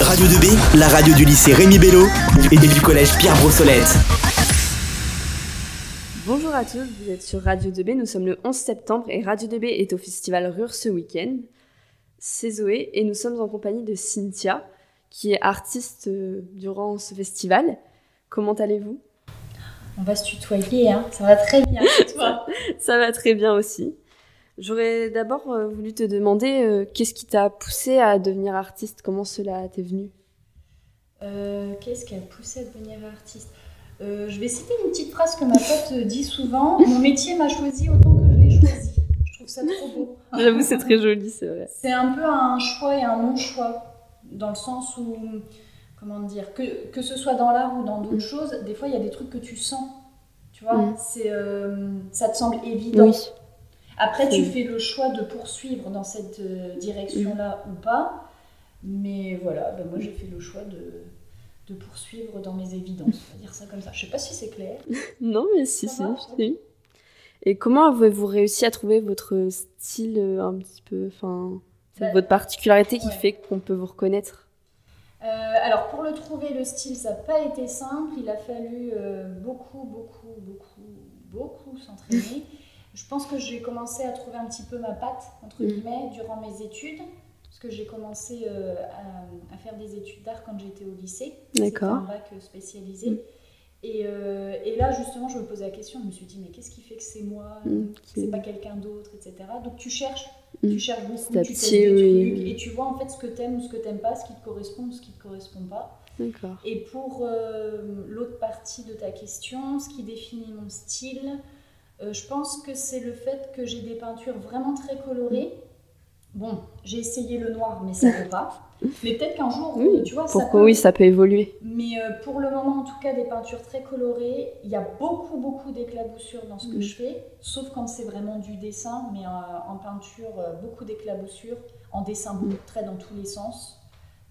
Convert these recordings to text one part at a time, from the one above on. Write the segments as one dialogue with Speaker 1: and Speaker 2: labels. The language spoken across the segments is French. Speaker 1: Radio 2B, la radio du lycée Rémi Bello et du collège Pierre Brossolette.
Speaker 2: Bonjour à tous, vous êtes sur Radio 2B, nous sommes le 11 septembre et Radio 2B est au festival Rure ce week-end. C'est Zoé et nous sommes en compagnie de Cynthia, qui est artiste euh, durant ce festival. Comment allez-vous
Speaker 3: On va se tutoyer, hein. ça va très bien. toi.
Speaker 2: Ça va très bien aussi. J'aurais d'abord euh, voulu te demander euh, qu'est-ce qui t'a poussé à devenir artiste Comment cela t'est venu
Speaker 3: Euh, Qu'est-ce qui a poussé à devenir artiste Euh, Je vais citer une petite phrase que ma pote euh, dit souvent Mon métier m'a choisi autant que je l'ai choisi. Je trouve ça trop beau.
Speaker 2: J'avoue, c'est très joli, c'est vrai.
Speaker 3: C'est un peu un choix et un non-choix, dans le sens où, comment dire, que, que ce soit dans l'art ou dans d'autres
Speaker 2: Mm.
Speaker 3: choses, des fois il y a des trucs que tu sens. Tu vois,
Speaker 2: Mm.
Speaker 3: c'est, euh, ça te semble évident.
Speaker 2: Oui.
Speaker 3: Après, tu
Speaker 2: Oui.
Speaker 3: fais le choix de poursuivre dans cette euh, direction-là ou pas. Mais voilà, ben moi j'ai fait le choix de, de poursuivre dans mes évidences. On va dire ça comme ça. Je sais pas si c'est clair.
Speaker 2: Non, mais si,
Speaker 3: Ça
Speaker 2: si,
Speaker 3: va, ça
Speaker 2: si. Et comment avez-vous réussi à trouver votre style euh, un petit peu, enfin, c'est
Speaker 3: Bah,
Speaker 2: votre particularité qui
Speaker 3: ouais.
Speaker 2: fait qu'on peut vous reconnaître
Speaker 3: Euh, alors pour le trouver, le style, ça n'a pas été simple. Il a fallu euh, beaucoup, beaucoup, beaucoup, beaucoup s'entraîner. Je pense que j'ai commencé à trouver un petit peu ma patte, entre
Speaker 2: Mm.
Speaker 3: guillemets, durant mes études. Parce que j'ai commencé euh, à, à faire des études d'art quand j'étais au lycée. C'était
Speaker 2: D'accord.
Speaker 3: un bac euh, spécialisé.
Speaker 2: Mm.
Speaker 3: Et, euh, et là, justement, je me posais la question. Je me suis dit, mais qu'est-ce qui fait que c'est moi
Speaker 2: Mm,
Speaker 3: que c'est
Speaker 2: ok.
Speaker 3: pas quelqu'un d'autre, etc. Donc tu cherches,
Speaker 2: Mm.
Speaker 3: tu cherches beaucoup,
Speaker 2: Petit à
Speaker 3: tu testes
Speaker 2: petit,
Speaker 3: des
Speaker 2: oui,
Speaker 3: trucs
Speaker 2: oui.
Speaker 3: et tu vois en fait ce que t'aimes ou ce que t'aimes pas, ce qui te correspond ou ce qui te correspond pas.
Speaker 2: D'accord.
Speaker 3: Et pour euh, l'autre partie de ta question, ce qui définit mon style, euh, je pense que c'est le fait que j'ai des peintures vraiment très colorées. Bon, j'ai essayé le noir, mais ça ne pas. Mais peut-être qu'un jour,
Speaker 2: Oui,
Speaker 3: tu vois, ça
Speaker 2: Pourquoi
Speaker 3: peut-
Speaker 2: oui, ça peut évoluer.
Speaker 3: mais euh, pour le moment, en tout cas, des peintures très colorées. Il y a beaucoup, beaucoup d'éclaboussures dans ce que
Speaker 2: Mhm.
Speaker 3: je fais, sauf quand c'est vraiment du dessin, mais euh, en peinture, euh, beaucoup d'éclaboussures, en dessin, beaucoup de traits dans tous les sens.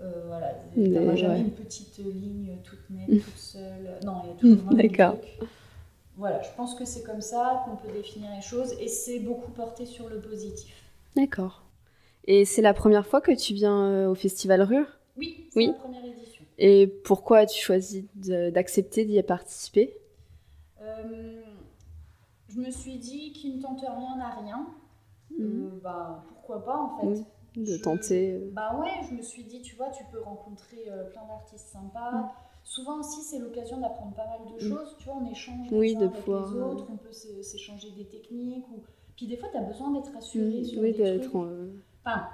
Speaker 3: Euh, voilà,
Speaker 2: Mm. Mais,
Speaker 3: t'auras jamais
Speaker 2: ouais.
Speaker 3: une petite ligne toute nette,
Speaker 2: Mhm.
Speaker 3: toute seule. Non, il y a toujours
Speaker 2: Mhm,
Speaker 3: un
Speaker 2: d'accord.
Speaker 3: truc. Voilà, je pense que c'est comme ça qu'on peut définir les choses, et c'est beaucoup porté sur le positif.
Speaker 2: D'accord. Et c'est la première fois que tu viens euh, au Festival Rure
Speaker 3: Oui, c'est
Speaker 2: Oui.
Speaker 3: la première édition.
Speaker 2: Et pourquoi as-tu choisi de- d'accepter d'y participer
Speaker 3: Euh, je me suis dit qui ne tente rien n'a rien.
Speaker 2: Mmh.
Speaker 3: Euh, bah, pourquoi pas en fait
Speaker 2: Oui, De
Speaker 3: Je-
Speaker 2: tenter. euh,
Speaker 3: Bah ouais, je me suis dit, tu vois, tu peux rencontrer euh, plein d'artistes sympas.
Speaker 2: Mm.
Speaker 3: Souvent aussi, c'est l'occasion d'apprendre pas mal de
Speaker 2: Mm.
Speaker 3: choses. Tu vois, on échange les
Speaker 2: Oui,
Speaker 3: uns
Speaker 2: de
Speaker 3: avec
Speaker 2: pouvoir,
Speaker 3: les
Speaker 2: euh,
Speaker 3: autres, on peut s'é- s'échanger des techniques. Ou... Puis des fois, tu as besoin d'être assuré sur
Speaker 2: Mmh. oui,
Speaker 3: des
Speaker 2: d'être
Speaker 3: trucs.
Speaker 2: en, euh,
Speaker 3: Enfin,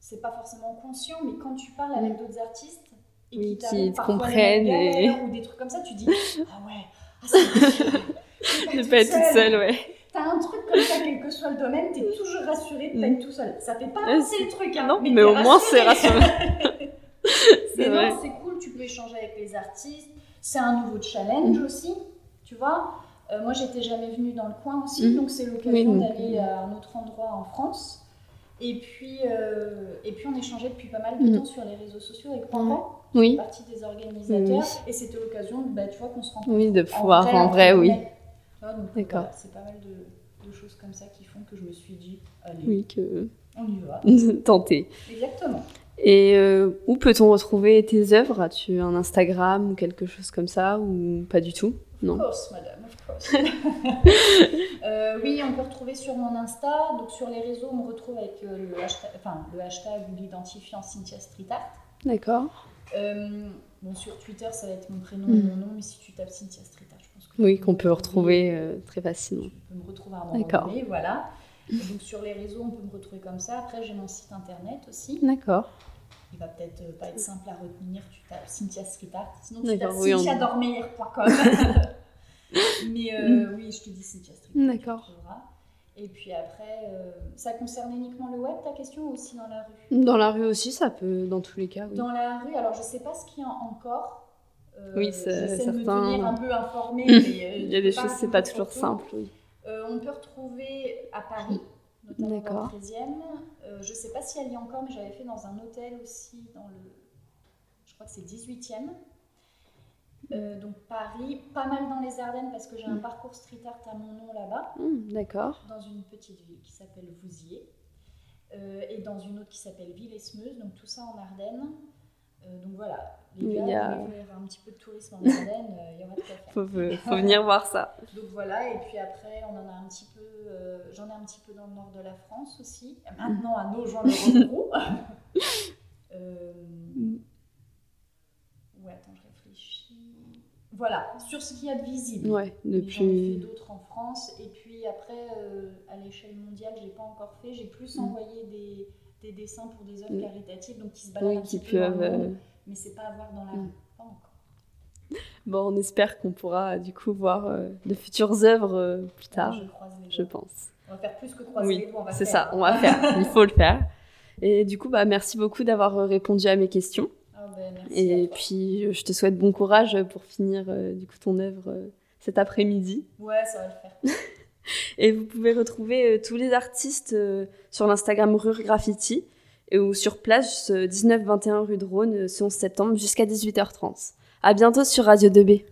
Speaker 3: c'est pas forcément conscient, mais quand tu parles avec d'autres artistes et
Speaker 2: Mmh. Oui,
Speaker 3: qu'ils
Speaker 2: qui
Speaker 3: t'arrivent
Speaker 2: te
Speaker 3: parfois les
Speaker 2: comprennent
Speaker 3: mêmes
Speaker 2: et-
Speaker 3: galères ou des trucs comme ça, tu dis, ah ouais, ah, c'est possible.
Speaker 2: Ne pas être toute seule, ouais.
Speaker 3: T'as un truc comme ça, quel que soit le domaine, t'es toujours rassuré de pas
Speaker 2: Mm.
Speaker 3: être tout seul. Ça fait pas
Speaker 2: Ouais,
Speaker 3: avancer le truc, hein,
Speaker 2: Non, mais au
Speaker 3: t'es
Speaker 2: moins c'est rassurant.
Speaker 3: Mais
Speaker 2: C'est vrai.
Speaker 3: non, c'est cool, tu peux échanger avec les artistes. C'est un nouveau
Speaker 2: Mm.
Speaker 3: challenge aussi, tu vois. Euh, moi, j'étais jamais venue dans le coin aussi,
Speaker 2: Mm.
Speaker 3: donc c'est l'occasion
Speaker 2: Oui, donc,
Speaker 3: d'aller
Speaker 2: euh.
Speaker 3: à un autre endroit en France. Et puis, euh, et puis on échangeait depuis pas mal de
Speaker 2: Mm.
Speaker 3: temps sur les réseaux sociaux avec Pampan, qui
Speaker 2: Oui.
Speaker 3: fait partie des organisateurs. Et c'était l'occasion, bah, tu vois, qu'on se rencontre
Speaker 2: Oui, de pouvoir en vrai,
Speaker 3: entre
Speaker 2: oui.
Speaker 3: guillemets. Tu vois, Ah, donc,
Speaker 2: D'accord.
Speaker 3: voilà, c'est pas mal de, de choses comme ça qui font que je me suis dit, allez,
Speaker 2: Oui, que
Speaker 3: on y va.
Speaker 2: tenter.
Speaker 3: Exactement.
Speaker 2: Et euh, où peut-on retrouver tes œuvres As-tu un Instagram ou quelque chose comme ça ou pas du tout
Speaker 3: Of
Speaker 2: Non.
Speaker 3: course, madame, of course. Euh, oui, on peut retrouver sur mon Insta. Donc, sur les réseaux, on me retrouve avec euh, le hashtag, enfin, le hashtag ou l'identifiant Cynthia Street Art.
Speaker 2: D'accord.
Speaker 3: Euh, bon, sur Twitter, ça va être mon prénom et
Speaker 2: Mm.
Speaker 3: mon nom, mais si tu tapes Cynthia Street Art, je pense que.
Speaker 2: Oui,
Speaker 3: tu
Speaker 2: qu'on
Speaker 3: peux
Speaker 2: peut
Speaker 3: me
Speaker 2: retrouver euh, très facilement.
Speaker 3: Tu peux me retrouver à un moment
Speaker 2: D'accord.
Speaker 3: donné, voilà. Donc, sur les réseaux, on peut me retrouver comme ça. Après, j'ai mon site internet aussi.
Speaker 2: D'accord.
Speaker 3: Il va peut-être euh, pas être simple à retenir, tu tapes Cynthia Street Art, sinon tu tapes
Speaker 2: D'accord, oui, on-
Speaker 3: cynthiadormeyer.com. Mais euh, oui, je te dis Cynthia Street Art.
Speaker 2: Mm. D'accord.
Speaker 3: tu trouveras. Et puis après, euh, ça concerne uniquement le web ta question ou aussi dans la rue
Speaker 2: Dans la rue aussi, ça peut, dans tous les cas. Oui.
Speaker 3: Dans la rue, alors je sais pas ce qu'il y a encore. Euh,
Speaker 2: Oui, c'est-
Speaker 3: J'essaie de me
Speaker 2: certains-
Speaker 3: tenir un peu informée. mais, euh,
Speaker 2: Il y a des
Speaker 3: je peux
Speaker 2: choses, c'est
Speaker 3: répondre
Speaker 2: pas
Speaker 3: sur
Speaker 2: toujours
Speaker 3: tout.
Speaker 2: simple. Oui.
Speaker 3: Euh, on peut retrouver à Paris, notamment dans
Speaker 2: D'accord.
Speaker 3: le 13e. Euh, je ne sais pas si elle y est encore, mais j'avais fait dans un hôtel aussi, dans le. Je crois que c'est le 18e. Euh, donc Paris, pas mal dans les Ardennes parce que j'ai un
Speaker 2: Mm.
Speaker 3: parcours street art à mon nom là-bas,
Speaker 2: Hum, D'accord.
Speaker 3: dans une petite ville qui s'appelle Vouziers, euh, et dans une autre qui s'appelle Ville-Esmeuse, donc tout ça en Ardennes. Euh, donc voilà,
Speaker 2: Il
Speaker 3: les
Speaker 2: y
Speaker 3: gars,
Speaker 2: a-
Speaker 3: vous voulez faire un petit peu de tourisme en Ardennes, euh, il y aura de quoi faire.
Speaker 2: Faut, faut- faut venir voir ça.
Speaker 3: Donc voilà, et puis après, on en a un petit peu, euh, j'en ai un petit peu dans le nord de la France aussi. Et Maintenant, à nos gens le regroupent. Euh,
Speaker 2: Mm.
Speaker 3: ouais, attends, je réfléchis. Voilà, sur ce qu'il y a de visible.
Speaker 2: Ouais,
Speaker 3: Mais J'en ai fait
Speaker 2: depuis.
Speaker 3: d'autres en France. Et puis après, euh, à l'échelle mondiale, j'ai pas encore fait. J'ai plus
Speaker 2: Mm.
Speaker 3: envoyé des, des dessins pour des œuvres
Speaker 2: Mm.
Speaker 3: caritatives, donc qui se baladent
Speaker 2: Oui,
Speaker 3: un
Speaker 2: qui
Speaker 3: petit peu dans
Speaker 2: peuvent.
Speaker 3: le monde.
Speaker 2: euh,
Speaker 3: Mais c'est pas à voir dans la
Speaker 2: Mm.
Speaker 3: rue, pas encore.
Speaker 2: Bon, on espère qu'on pourra euh, du coup voir euh, de futures œuvres euh, plus tard,
Speaker 3: je croise les
Speaker 2: je
Speaker 3: doigts.
Speaker 2: pense.
Speaker 3: On va faire plus que croiser
Speaker 2: Oui,
Speaker 3: les doigts. on va
Speaker 2: C'est
Speaker 3: faire.
Speaker 2: ça, on va faire. Il faut le faire. Et du coup, bah, merci beaucoup d'avoir euh, répondu à mes questions.
Speaker 3: Ah ben, merci à
Speaker 2: Et
Speaker 3: toi.
Speaker 2: puis, euh, je te souhaite bon courage pour finir euh, du coup ton œuvre euh, cet après-midi.
Speaker 3: Ouais, ça va le faire.
Speaker 2: Et vous pouvez retrouver euh, tous les artistes euh, sur l'Instagram Rure Graffiti et- ou sur place 19-21 rue de Rhône euh, ce 11 septembre jusqu'à 18h30. À bientôt sur Radio 2B.